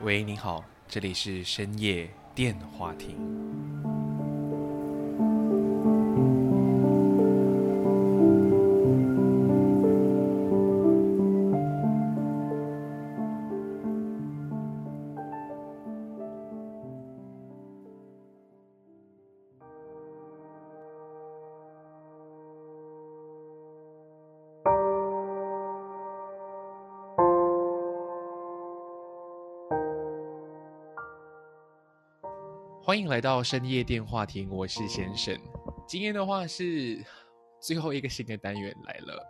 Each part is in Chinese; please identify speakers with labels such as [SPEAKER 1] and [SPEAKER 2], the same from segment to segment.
[SPEAKER 1] 喂，你好，这里是深夜电话亭。欢迎来到深夜电话亭，我是先生。今天的话是最后一个新的单元来了。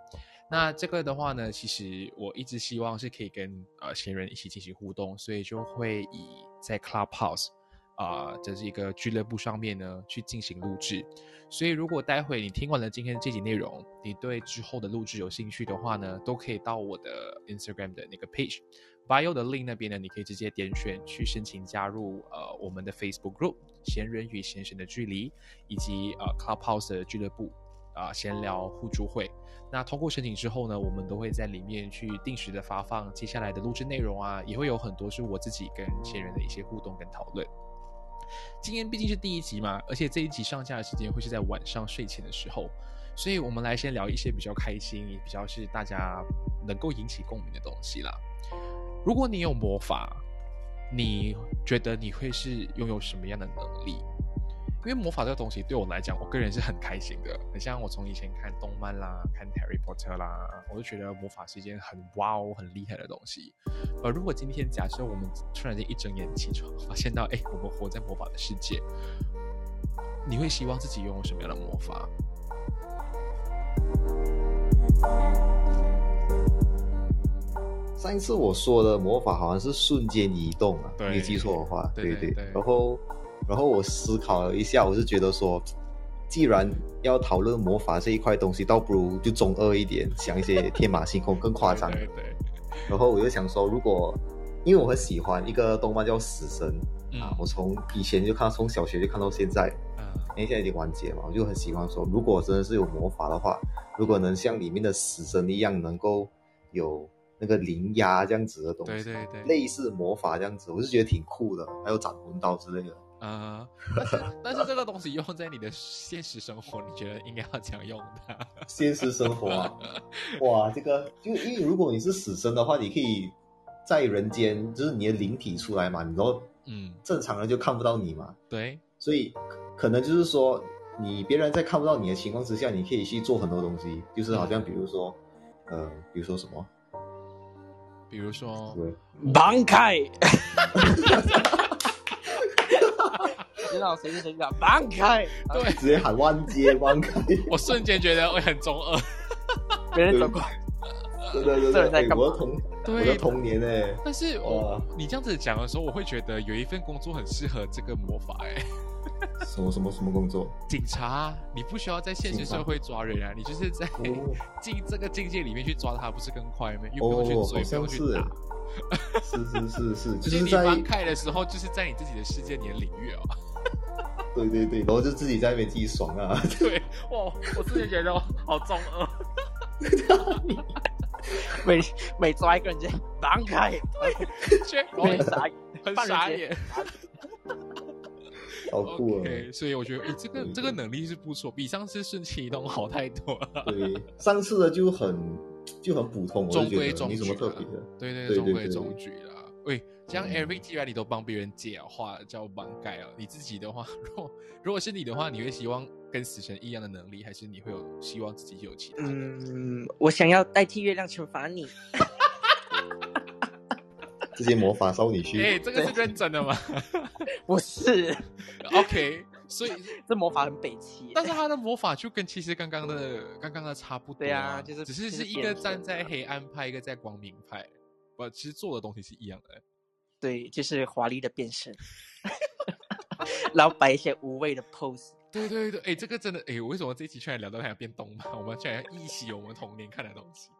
[SPEAKER 1] 那这个的话呢，其实我一直希望是可以跟呃新人一起进行互动，所以就会以在 Clubhouse 啊、这是一个俱乐部上面呢去进行录制。所以如果待会你听完了今天这集内容，你对之后的录制有兴趣的话呢，都可以到我的 Instagram 的那个 page bio 的 link 那边呢，你可以直接点选去申请加入呃我们的 Facebook group“ 闲人与先生的距离”以及呃 Clubhouse 的俱乐部啊、呃闲聊互助会。那通过申请之后呢，我们都会在里面去定时的发放接下来的录制内容啊，也会有很多是我自己跟闲人的一些互动跟讨论。今天毕竟是第一集嘛，而且这一集上架的时间会是在晚上睡前的时候，所以我们来先聊一些比较开心，也比较是大家能够引起共鸣的东西啦。如果你有魔法，你觉得你会是拥有什么样的能力？因为魔法这个东西对我来讲，我个人是很开心的。很像我从以前看动漫啦，看 Harry Potter 啦，我就觉得魔法是一件很哇哦、很厉害的东西。而如果今天假设我们突然间一睁眼起床，发现到哎，诶我们活在魔法的世界，你会希望自己拥有什么样的魔法？
[SPEAKER 2] 上一次我说的魔法好像是瞬间移动啊，
[SPEAKER 1] 对
[SPEAKER 2] 没记错的话，
[SPEAKER 1] 对对
[SPEAKER 2] 对
[SPEAKER 1] 对
[SPEAKER 2] 然后，然后我思考了一下，我是觉得说，既然要讨论魔法这一块东西，倒不如就中二一点，想一些天马行空、更夸张。
[SPEAKER 1] 对对，
[SPEAKER 2] 然后我就想说，如果因为我很喜欢一个动漫叫《死神》
[SPEAKER 1] 嗯
[SPEAKER 2] 啊，我从以前就看，从小学就看到现在，
[SPEAKER 1] 嗯
[SPEAKER 2] 因为现在已经完结嘛，我就很喜欢说，如果真的是有魔法的话，如果能像里面的死神一样，能够有那个灵压这样子的东西，
[SPEAKER 1] 对对对，
[SPEAKER 2] 类似魔法这样子，我是觉得挺酷的。还有斩魂刀之类的，
[SPEAKER 1] 啊、但是但是这个东西用在你的现实生活，你觉得应该要怎样用它？
[SPEAKER 2] 现实生活啊，哇，这个就因为如果你是死神的话，你可以在人间，就是你的灵体出来嘛，你然后
[SPEAKER 1] 嗯，
[SPEAKER 2] 正常人就看不到你嘛，
[SPEAKER 1] 对，
[SPEAKER 2] 所以可能就是说，你别人在看不到你的情况之下，你可以去做很多东西，就是好像比如说，呃，比如说什么，
[SPEAKER 1] 比如说，
[SPEAKER 2] 对，
[SPEAKER 3] 忙开！你老谁是谁讲？忙开！啊
[SPEAKER 1] 对
[SPEAKER 2] 直接喊万劫万开，
[SPEAKER 1] 我瞬间觉得我很中 二。
[SPEAKER 3] 别人走过来，
[SPEAKER 2] 对对对
[SPEAKER 3] 这
[SPEAKER 2] 对，
[SPEAKER 3] 人在
[SPEAKER 2] 哎
[SPEAKER 3] 干嘛
[SPEAKER 2] 我的童，我的
[SPEAKER 1] 对，
[SPEAKER 2] 童年哎、
[SPEAKER 1] 但是我
[SPEAKER 2] 哇
[SPEAKER 1] 你这样子讲的时候，我会觉得有一份工作很适合这个魔法、哎，
[SPEAKER 2] 什么什么什么工作，
[SPEAKER 1] 警察啊，你不需要在现实
[SPEAKER 2] 警察
[SPEAKER 1] 社会抓人啊，你就是在
[SPEAKER 2] 哦
[SPEAKER 1] 进这个境界里面去抓他，不是更快吗？又不用去
[SPEAKER 2] 哦，
[SPEAKER 1] 追，
[SPEAKER 2] 好
[SPEAKER 1] 不用
[SPEAKER 2] 像
[SPEAKER 1] 去
[SPEAKER 2] 是
[SPEAKER 1] 打。，
[SPEAKER 2] 是是 是是，
[SPEAKER 1] 其
[SPEAKER 2] 就
[SPEAKER 1] 实
[SPEAKER 2] 是
[SPEAKER 1] 你
[SPEAKER 2] 在
[SPEAKER 1] 翻开的时候，就是在你自己的世界、你的领域哦。
[SPEAKER 2] 对对对，然后就自己在那边自己爽啊，
[SPEAKER 1] 对，哇，我瞬间觉得我好中二。
[SPEAKER 3] 每每抓一个人就忙开，
[SPEAKER 1] 确
[SPEAKER 3] 别人
[SPEAKER 1] 实
[SPEAKER 3] 傻眼，
[SPEAKER 1] 欸很
[SPEAKER 3] 半人
[SPEAKER 1] 傻
[SPEAKER 3] 节
[SPEAKER 1] 眼。
[SPEAKER 2] 好酷啊！
[SPEAKER 1] OK，所以我觉得，诶，这个
[SPEAKER 2] 对
[SPEAKER 1] 这个能力是不错，比上次顺其移动好太多 了。
[SPEAKER 2] 对，上次的就很就很普通，我就
[SPEAKER 1] 中规
[SPEAKER 2] 觉得
[SPEAKER 1] 中
[SPEAKER 2] 没什
[SPEAKER 1] 矩
[SPEAKER 2] 么
[SPEAKER 1] 啦，
[SPEAKER 2] 特别的。
[SPEAKER 1] 对对
[SPEAKER 2] 对
[SPEAKER 1] 中
[SPEAKER 2] 对
[SPEAKER 1] 规
[SPEAKER 2] 对
[SPEAKER 1] 中矩啦。喂，这样
[SPEAKER 2] 嗯
[SPEAKER 1] Eric，既然你都帮别人解的话，叫帮盖啊。你自己的话， 如果如果是你的话，你会希望跟死神一样的能力，还是你会有希望自己有其他的？
[SPEAKER 3] 嗯，我想要代替月亮惩罚你。
[SPEAKER 2] 这些魔法少女
[SPEAKER 1] 哎、
[SPEAKER 2] 区，
[SPEAKER 1] 这个是认真 的吗
[SPEAKER 3] 不是，
[SPEAKER 1] ？OK，所以，
[SPEAKER 3] 这魔法很北齐。
[SPEAKER 1] 但是他的魔法就跟其实刚刚的刚刚的差不多、
[SPEAKER 3] 对啊就是
[SPEAKER 1] 只是
[SPEAKER 3] 就是是
[SPEAKER 1] 一个
[SPEAKER 3] 变
[SPEAKER 1] 站
[SPEAKER 3] 成
[SPEAKER 1] 在
[SPEAKER 3] 了
[SPEAKER 1] 黑暗派，一个在光明派，不，其实做的东西是一样的。
[SPEAKER 3] 对，就是华丽的变身， 然后摆一些无谓的 pose。
[SPEAKER 1] 对对对，哎，这个真的，哎，为什么这一期居然聊到还有变动漫？我们居然要忆起我们童年看的东西。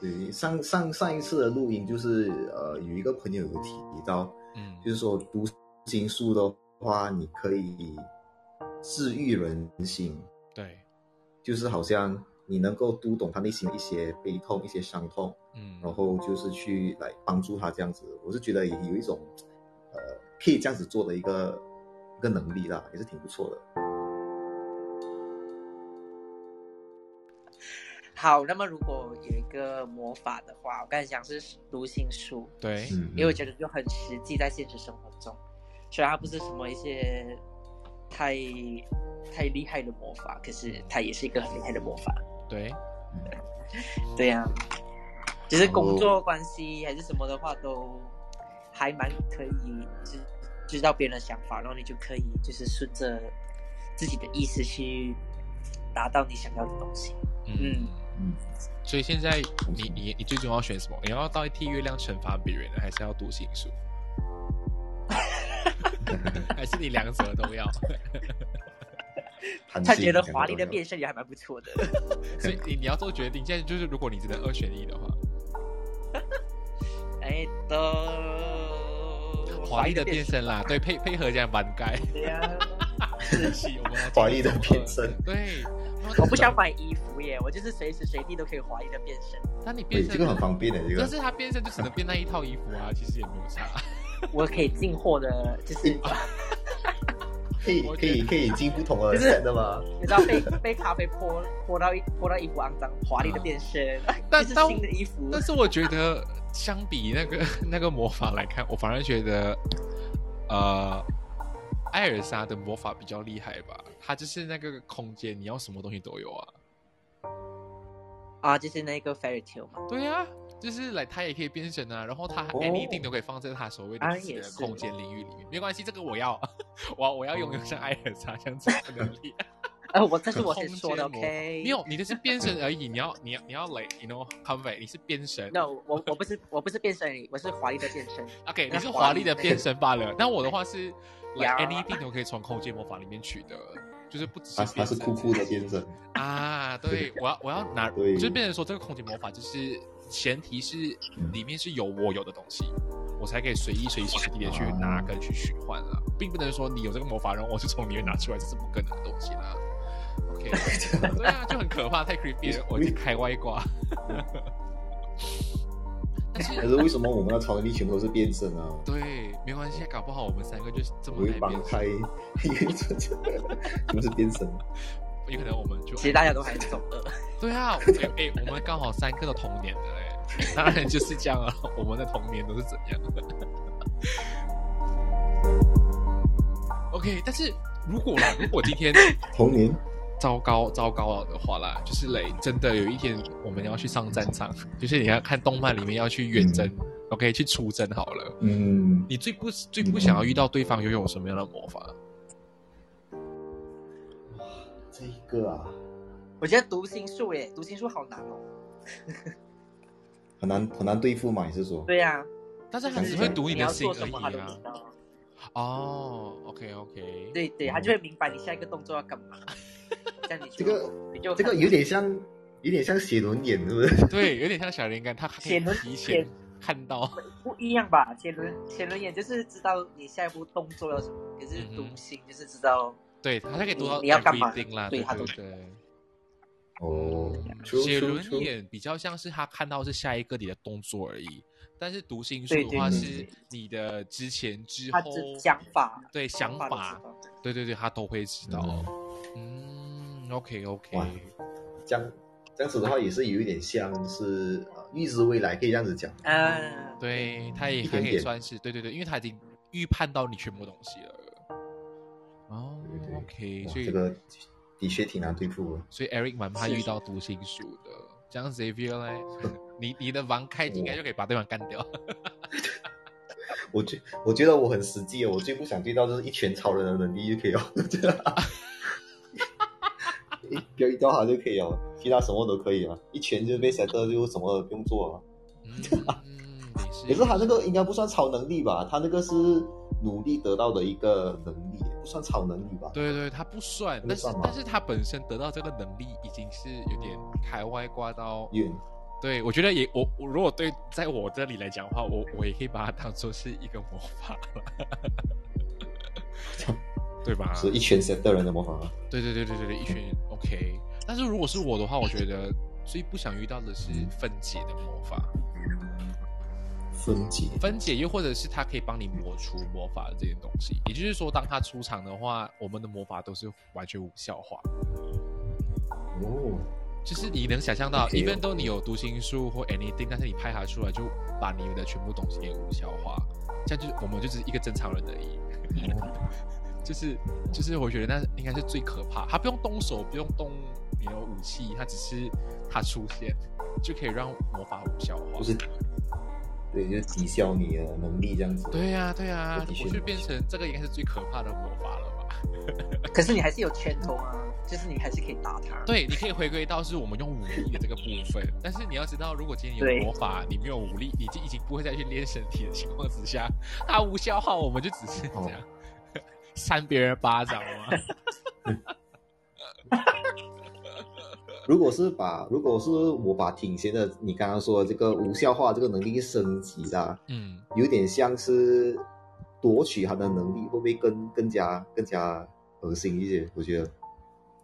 [SPEAKER 2] 对，上上上一次的录音就是呃，有一个朋友有提到，
[SPEAKER 1] 嗯，
[SPEAKER 2] 就是说读心术的话，你可以治愈人心，
[SPEAKER 1] 对，
[SPEAKER 2] 就是好像你能够读懂他内心的一些悲痛、一些伤痛，
[SPEAKER 1] 嗯，
[SPEAKER 2] 然后就是去来帮助他这样子，我是觉得也有一种，呃，可以这样子做的一个一个能力啦，也是挺不错的。
[SPEAKER 3] 好，那么如果有一个魔法的话，我刚才讲是读心术，
[SPEAKER 1] 对，
[SPEAKER 2] 嗯，
[SPEAKER 3] 因为我觉得就很实际，在现实生活中，虽然它不是什么一些太太厉害的魔法，可是它也是一个很厉害的魔法。
[SPEAKER 2] 嗯
[SPEAKER 1] 对，
[SPEAKER 3] 对呀、只是
[SPEAKER 1] 哦
[SPEAKER 3] 工作关系还是什么的话，都还蛮可以知知道别人的想法，然后你就可以就是顺着自己的意思去达到你想要的东西。
[SPEAKER 1] 嗯
[SPEAKER 3] 嗯
[SPEAKER 2] 嗯，
[SPEAKER 1] 所以现在你你你最终要选什么？你要到替月亮惩罚别人呢，还是要读心术？还是你两者都要？
[SPEAKER 2] 弹
[SPEAKER 3] 他
[SPEAKER 2] 性
[SPEAKER 3] 觉得
[SPEAKER 2] 两个
[SPEAKER 3] 华
[SPEAKER 2] 都
[SPEAKER 3] 丽的
[SPEAKER 2] 有
[SPEAKER 3] 变身也还蛮不错的，
[SPEAKER 1] 所以你你要做决定。现在就是，如果你只能二选一的话，
[SPEAKER 3] 哎都
[SPEAKER 1] 华丽的变，身啦，对，配配合这样翻盖，
[SPEAKER 3] 对啊呀、
[SPEAKER 1] 真是 我们要
[SPEAKER 2] 嗯华丽的变身，
[SPEAKER 1] 对，
[SPEAKER 3] 我不想买衣服耶，我就是随时随地都可以华丽的变身。
[SPEAKER 1] 那你变
[SPEAKER 2] 对，
[SPEAKER 1] 身
[SPEAKER 2] 这个很啊方便的，这
[SPEAKER 1] 但
[SPEAKER 2] 个
[SPEAKER 1] 是他变身就只能变那一套衣服啊，其实也没有差。
[SPEAKER 3] 我可以进货的，就是
[SPEAKER 2] 可以
[SPEAKER 1] 我
[SPEAKER 2] 可以可以进不同的
[SPEAKER 3] 就是
[SPEAKER 2] set 的嘛。
[SPEAKER 3] 你知道 被被咖啡泼泼到一泼到衣服肮脏，华丽的变身，
[SPEAKER 1] 啊但
[SPEAKER 3] 这是
[SPEAKER 1] 但
[SPEAKER 3] 新的衣服
[SPEAKER 1] 但。是我觉得，相比那个 那个魔法来看，我反而觉得，呃，艾尔莎的魔法比较厉害吧。它就是那个空间，你要什么东西都有啊。
[SPEAKER 3] 啊，就是那个 fairy tale 嘛。
[SPEAKER 1] 对啊，就是来它也可以变身啊，然后它
[SPEAKER 2] 哦
[SPEAKER 1] anything 都可以放在它所谓的
[SPEAKER 3] 啊
[SPEAKER 1] 自己
[SPEAKER 3] 也
[SPEAKER 1] 的
[SPEAKER 3] 是
[SPEAKER 1] 空间领域里面。没关系，这个我要， 我要我要拥有像艾尔莎这样子的 能力。
[SPEAKER 3] 呃，我这是我
[SPEAKER 1] 空
[SPEAKER 3] 先
[SPEAKER 1] 间
[SPEAKER 3] 说的
[SPEAKER 1] 魔法
[SPEAKER 3] ，OK？
[SPEAKER 1] 哦没有，你这是变身而已。你要你要你要来，you know convey，你是变身。
[SPEAKER 3] ，no，我我不是我不是变身而已，我是华丽的变身。
[SPEAKER 1] OK，你
[SPEAKER 3] 那
[SPEAKER 1] 是
[SPEAKER 3] 华
[SPEAKER 1] 华丽
[SPEAKER 3] 丽
[SPEAKER 1] 的
[SPEAKER 3] 的
[SPEAKER 1] 变身罢了。但我的话是，like
[SPEAKER 3] 呀
[SPEAKER 1] anything 都可以从空间魔法里面取得，就是不只
[SPEAKER 2] 他
[SPEAKER 1] 是
[SPEAKER 2] 他
[SPEAKER 1] 变
[SPEAKER 2] 是
[SPEAKER 1] 身
[SPEAKER 2] 酷酷的变身，
[SPEAKER 1] 啊。对，我要我要拿，
[SPEAKER 2] 对
[SPEAKER 1] 就变成说这个空间魔法就是前提是
[SPEAKER 2] 嗯
[SPEAKER 1] 里面是有我有的东西，我才可以随意随时随地的去拿
[SPEAKER 2] 啊
[SPEAKER 1] 跟去取换啊，并不能说你有这个魔法，然后我就从里面拿出来，这是不可能的东西啦。OK，对 啊，就很可怕，太 creepy 了，我已经开外 挂。但是
[SPEAKER 2] 可是为什么我们的超能力全部都是变身啊？
[SPEAKER 1] 对，没关系，搞不好我们三个就是这
[SPEAKER 2] 我
[SPEAKER 1] 么
[SPEAKER 2] 会
[SPEAKER 1] 爱
[SPEAKER 2] 帮
[SPEAKER 1] 变
[SPEAKER 2] 开
[SPEAKER 1] 身，
[SPEAKER 2] 一个专家，全部是变身。
[SPEAKER 1] 有可能我们就哎
[SPEAKER 3] 其实大家都还是中二。
[SPEAKER 1] 对啊，哎、哎我们刚好三个都童年的哎、当然就是这样啊，我们的童年都是怎样？OK，但是如果啦，如果今天
[SPEAKER 2] 童年
[SPEAKER 1] 糟糕糟糕了的话啦，就是嘞，真的有一天我们要去上战场，就是你要看动漫里面要去远
[SPEAKER 3] 嗯
[SPEAKER 1] 征、o k 去出征好了。
[SPEAKER 2] 嗯，
[SPEAKER 1] 你最不最不想要遇到对方拥有什么样的魔法？
[SPEAKER 2] 这一个啊，
[SPEAKER 3] 我觉得读心术耶，读心术好难哦。
[SPEAKER 2] 很难很难对付嘛，你是说？
[SPEAKER 3] 对呀、
[SPEAKER 1] 但是他
[SPEAKER 3] 就
[SPEAKER 1] 只会读
[SPEAKER 3] 嗯你
[SPEAKER 1] 的
[SPEAKER 3] 要
[SPEAKER 1] 心
[SPEAKER 3] 做
[SPEAKER 1] 而
[SPEAKER 3] 什么，他
[SPEAKER 1] 已
[SPEAKER 3] 都
[SPEAKER 1] 啊
[SPEAKER 3] 知。道。
[SPEAKER 1] 哦，OK OK，
[SPEAKER 3] 对对，他就会明白你下一个动作要干 嘛。这样你
[SPEAKER 2] 这
[SPEAKER 3] 就
[SPEAKER 2] 个
[SPEAKER 3] 你就
[SPEAKER 2] 这个有点像，有点像写轮眼，是不是？
[SPEAKER 1] 对，有点像小灵感，他可以
[SPEAKER 3] 写轮
[SPEAKER 1] 提前看到。
[SPEAKER 3] 不一样吧？前轮前轮眼就是知道你下一步动作要什么，可是
[SPEAKER 1] 嗯哼
[SPEAKER 3] 读心就是知道。
[SPEAKER 1] 对，他可以读到
[SPEAKER 3] 你你要干嘛
[SPEAKER 1] everything 啦，
[SPEAKER 3] 对
[SPEAKER 1] 对
[SPEAKER 3] 他
[SPEAKER 1] 对
[SPEAKER 3] 都
[SPEAKER 1] 对。
[SPEAKER 2] 哦，
[SPEAKER 1] 写轮眼比较像是他看到是下一个你的动作而已，但是读心术
[SPEAKER 3] 对
[SPEAKER 1] 的
[SPEAKER 3] 对
[SPEAKER 1] 话
[SPEAKER 2] 对
[SPEAKER 1] 是你的之前之
[SPEAKER 3] 他
[SPEAKER 1] 后
[SPEAKER 3] 只想法，
[SPEAKER 1] 对想
[SPEAKER 3] 法都
[SPEAKER 1] 法
[SPEAKER 3] 知，道
[SPEAKER 1] 对对对，他都会知道。嗯，OK OK，
[SPEAKER 2] 哇这样这样子的话，也是有一点像是呃预知未来，可以这样子讲。
[SPEAKER 3] 嗯，
[SPEAKER 1] 对，他也
[SPEAKER 2] 一
[SPEAKER 1] 他
[SPEAKER 2] 点
[SPEAKER 1] 可以
[SPEAKER 2] 点
[SPEAKER 1] 算是对对对，因为他已经预判到你全部东西了。哦
[SPEAKER 2] 对对对
[SPEAKER 1] ，OK，
[SPEAKER 2] 哇
[SPEAKER 1] 所以
[SPEAKER 2] 这个的确挺难对付的。
[SPEAKER 1] 所以 Eric 蛮怕
[SPEAKER 3] 是
[SPEAKER 1] 遇到读心术的。这样 Xavier 呢，你你的王开应该就可以把对方干掉。
[SPEAKER 2] 我觉我觉得我很实际，我最不想对到就是一拳超人的能力就可以 了，这样一不要一刀他就可以了，其他什么都可以啊，一拳就被 s e t 就什么都不用做啊。
[SPEAKER 1] 嗯，也是。
[SPEAKER 2] 可是他那个应该不算超能力吧？他那个是努力得到的一个能力，不算超能力吧？
[SPEAKER 1] 对对，他不算，
[SPEAKER 2] 不
[SPEAKER 1] 但是
[SPEAKER 2] 算吗
[SPEAKER 1] 但是他本身得到这个能力已经是有点开外挂到。
[SPEAKER 2] 有点
[SPEAKER 1] 对，我觉得也我我如果对在我这里来讲的话，我我也可以把它当做是一个魔法了， 对吧？
[SPEAKER 2] 是一拳 set 人的魔法吗？
[SPEAKER 1] 对对对对对对，一群 OK。但是如果是我的话，我觉得最不想遇到的是分解的魔法，
[SPEAKER 2] 分解。
[SPEAKER 1] 分解，又或者是它可以帮你磨除魔法的这件东西。也就是说，当它出场的话，我们的魔法都是完全无效化。
[SPEAKER 2] 哦，
[SPEAKER 1] 就是你能想象到
[SPEAKER 2] OK，OK
[SPEAKER 1] even 都你有读心术或 anything，但是你派它出来，就把你的全部东西给无效化，这样就是我们就只是一个正常人而已。就是就是，我觉得那应该是最可怕。他不用动手，不用动你的武器，他只是他出现就可以让魔法无效化。
[SPEAKER 2] 就是对，就是抵消你的能力这样子。
[SPEAKER 1] 对呀、对呀、啊
[SPEAKER 2] 这的确
[SPEAKER 1] 我就
[SPEAKER 2] 有
[SPEAKER 1] 变
[SPEAKER 2] 效
[SPEAKER 1] 成这个应该是最可怕的魔法了吧？
[SPEAKER 3] 可是你还是有拳头啊，就是你还是可以打他。
[SPEAKER 1] 对，你可以回归到是我们用武力的这个部分，但是你要知道，如果今天你
[SPEAKER 3] 对
[SPEAKER 1] 有魔法，你没有武力，你就已经不会再去练身体的情况之下，它无效化，我们就只是这样、扇别人巴掌嘛。
[SPEAKER 2] 如果是把如果是我把挺先的你刚刚说的这个无效化这个能力升级啦，
[SPEAKER 1] 嗯，
[SPEAKER 2] 有点像是夺取他的能力，会不会更更加更加恶心一些？我觉得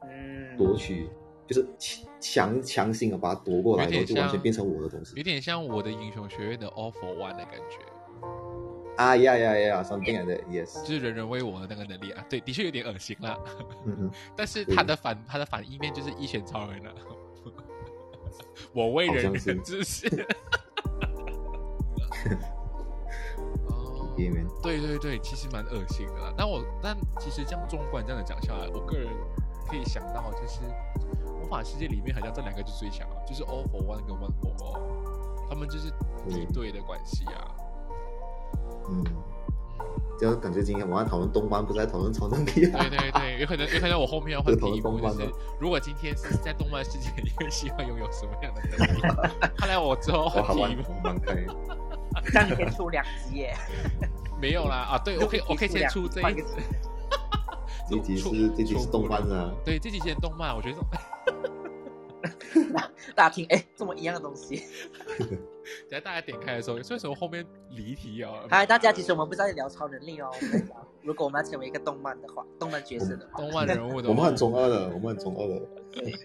[SPEAKER 3] 嗯，
[SPEAKER 2] 夺取就是强强行的把它夺过来，
[SPEAKER 1] 有
[SPEAKER 2] 然
[SPEAKER 1] 点
[SPEAKER 2] 后就完全
[SPEAKER 1] 像
[SPEAKER 2] 变成我的东
[SPEAKER 1] 有
[SPEAKER 2] 西。
[SPEAKER 1] 点像我的英雄学院的 All for One 的感觉，
[SPEAKER 2] 啊呀呀呀，something like that，yes，
[SPEAKER 1] 就是人人为我的那个能力啊。对，的确有点恶心啦，
[SPEAKER 2] 嗯嗯，
[SPEAKER 1] 但是它的反它的反义面就是一拳超人了。啊 我为人
[SPEAKER 2] 好像是
[SPEAKER 1] 人之事。哦
[SPEAKER 2] 边缘
[SPEAKER 1] 对对对，其实蛮恶心的啦。啊那我但其实这样纵观这样的讲下来，我个人可以想到就是魔法世界里面好像这两个就是最强啊了，就是 all for one 跟 one for all，他们就是敌对的关系啊。
[SPEAKER 2] 嗯，这样感觉今天我们在讨论动漫，不是在讨论超能力啊
[SPEAKER 1] 对。对对，有可能有可能我后面要换
[SPEAKER 2] 这讨
[SPEAKER 1] 题
[SPEAKER 2] 论
[SPEAKER 1] 目，
[SPEAKER 2] 动
[SPEAKER 1] 就
[SPEAKER 2] 漫
[SPEAKER 1] 是
[SPEAKER 2] 吗
[SPEAKER 1] 如果今天是在动漫世界，你会希望拥有什么样的能力？ 看来我之后
[SPEAKER 2] 我
[SPEAKER 1] 换
[SPEAKER 2] 好
[SPEAKER 1] 题
[SPEAKER 2] 玩
[SPEAKER 1] 目，
[SPEAKER 2] 蛮开。
[SPEAKER 3] 但你可以出两集耶。
[SPEAKER 1] 没有啦啊， 对，我可以我可以先出这
[SPEAKER 3] 换
[SPEAKER 1] 一
[SPEAKER 3] 个
[SPEAKER 1] 集
[SPEAKER 3] 题，
[SPEAKER 2] 这集是这集是动漫啊，
[SPEAKER 1] 对，这集先动漫，我觉得哎
[SPEAKER 3] 大家听，哎，这么一样的东西。
[SPEAKER 1] 等下大家点开的时候，所以说后面离题啊。
[SPEAKER 3] 嗨，大家，其实我们不是在聊超能力哦，我们在聊，如果我们要 成为一个动漫的话，动漫角色的话，
[SPEAKER 1] 动漫人物的
[SPEAKER 2] 我们
[SPEAKER 1] 话
[SPEAKER 2] 很中二的，我们很中二的。
[SPEAKER 3] 对，
[SPEAKER 1] 对，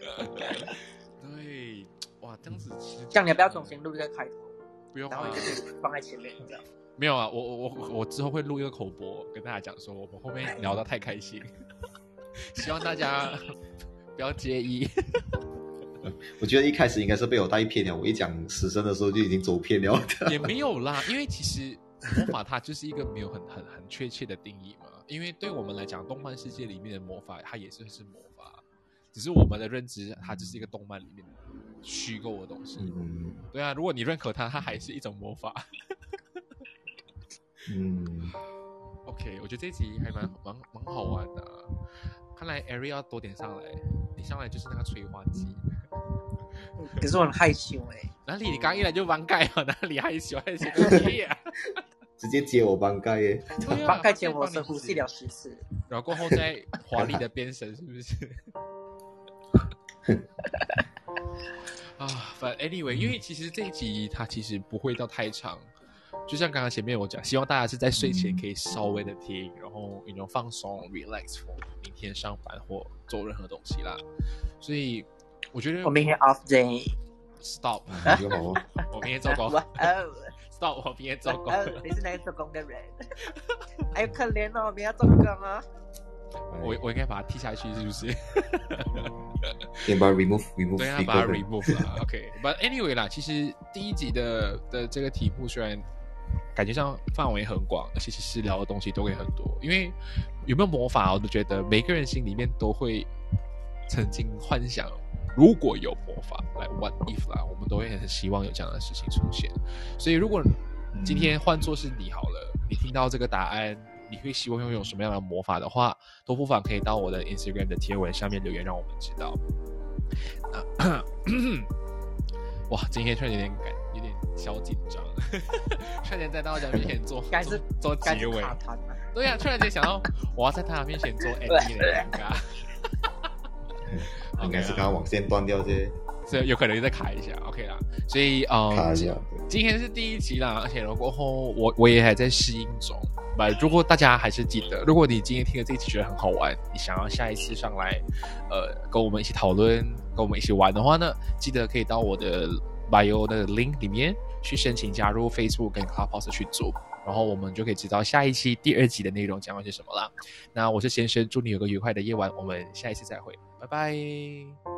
[SPEAKER 1] 哇，这样子其实
[SPEAKER 3] 这样你要不要重新录一个开头，
[SPEAKER 1] 不用
[SPEAKER 3] 然后
[SPEAKER 1] 啊
[SPEAKER 3] 你，就放在前面 这样。
[SPEAKER 1] 没有啊，我我我我之后会录一个口播，跟大家讲说我们后面聊到太开心， 希望大家 不要介意。
[SPEAKER 2] 我觉得一开始应该是被我带偏了，我一讲死神的时候就已经走偏了。
[SPEAKER 1] 也没有啦，因为其实魔法它就是一个没有很很很确切的定义嘛。因为对我们来讲，动漫世界里面的魔法，它也是是魔法，只是我们的认知，它就是一个动漫里面的虚构的东西。
[SPEAKER 2] 嗯
[SPEAKER 1] 对啊，如果你认可它，它还是一种魔法。
[SPEAKER 2] 嗯，
[SPEAKER 1] OK，我觉得这一集还蛮蛮蛮好玩的啊、看来 Ari 要多点上来，你上来就是那个催化剂。
[SPEAKER 3] 可是我很害羞哎，
[SPEAKER 1] 哪里？你刚一来就弯盖啊？哪里害羞害羞个屁啊？
[SPEAKER 2] 直接接我帮盖耶。
[SPEAKER 1] 对啊
[SPEAKER 3] 大概前
[SPEAKER 1] 他
[SPEAKER 3] 我
[SPEAKER 1] 直接
[SPEAKER 3] 深
[SPEAKER 1] 帮你
[SPEAKER 3] 呼
[SPEAKER 1] 指
[SPEAKER 3] 吸了十次，
[SPEAKER 1] 然后过后再华丽的变身，是不 是？啊，反正 anyway，因为其实这一集它其实不会到太长，就像刚刚前面我讲，希望大家是在睡前可以稍微的听，然后你能放松，relax for 明天上班或做任何东西啦。所以我觉得
[SPEAKER 3] 我明天 off day，
[SPEAKER 1] stop，
[SPEAKER 2] 你好哦，
[SPEAKER 1] 我明天糟糕
[SPEAKER 3] 哇哦，
[SPEAKER 1] ，stop，我明天 糟糕
[SPEAKER 3] 哇，哦，你是哪个做工的人？ 哎，可怜哦，我们要做工啊，
[SPEAKER 1] 我
[SPEAKER 2] 哎
[SPEAKER 1] 我应该把它踢下去，是不是？
[SPEAKER 2] 先把 remove remove
[SPEAKER 1] 对啊，
[SPEAKER 2] speaker
[SPEAKER 1] 把它 remove 啦。OK，but、anyway 啦，其实第一集的的这个题目虽然感觉上范围很广，而且其实聊的东西都会很多，因为有没有魔法，我都觉得每个人心里面都会曾经幻想。如果有魔法，来 what if 啦，我们都会很希望有这样的事情出现。所以，如果今天换作是你好了，你听到这个答案，你会希望拥有什么样的魔法的话，都不妨可以到我的 Instagram 的贴文下面留言，让我们知道。啊 哇，今天突然有点感，有点小紧张， 差点在大家面前做
[SPEAKER 3] 应该是
[SPEAKER 1] 做做
[SPEAKER 3] 该
[SPEAKER 1] 结
[SPEAKER 3] 是
[SPEAKER 1] 尾。
[SPEAKER 3] 卡痰嘛，
[SPEAKER 1] 对呀、突然间想到我要在他面前做 ending 的尴尬，
[SPEAKER 2] 应
[SPEAKER 1] 啊
[SPEAKER 2] 该是刚刚网线断掉这
[SPEAKER 1] 所以有可能再卡一下，OK 啦。所以嗯，
[SPEAKER 2] 卡一下。
[SPEAKER 1] 今天是第一集啦，而且过后我我也还在适应中。那如果大家还是记得，如果你今天听了这一集觉得很好玩，你想要下一次上来，呃，跟我们一起讨论，跟我们一起玩的话呢，记得可以到我的 bio 的 link 里面去申请加入 Facebook 跟 Clubhouse 去做，然后我们就可以知道下一期第二集的内容将会是什么啦。那我是先生，祝你有个愉快的夜晚，我们下一次再会，拜拜。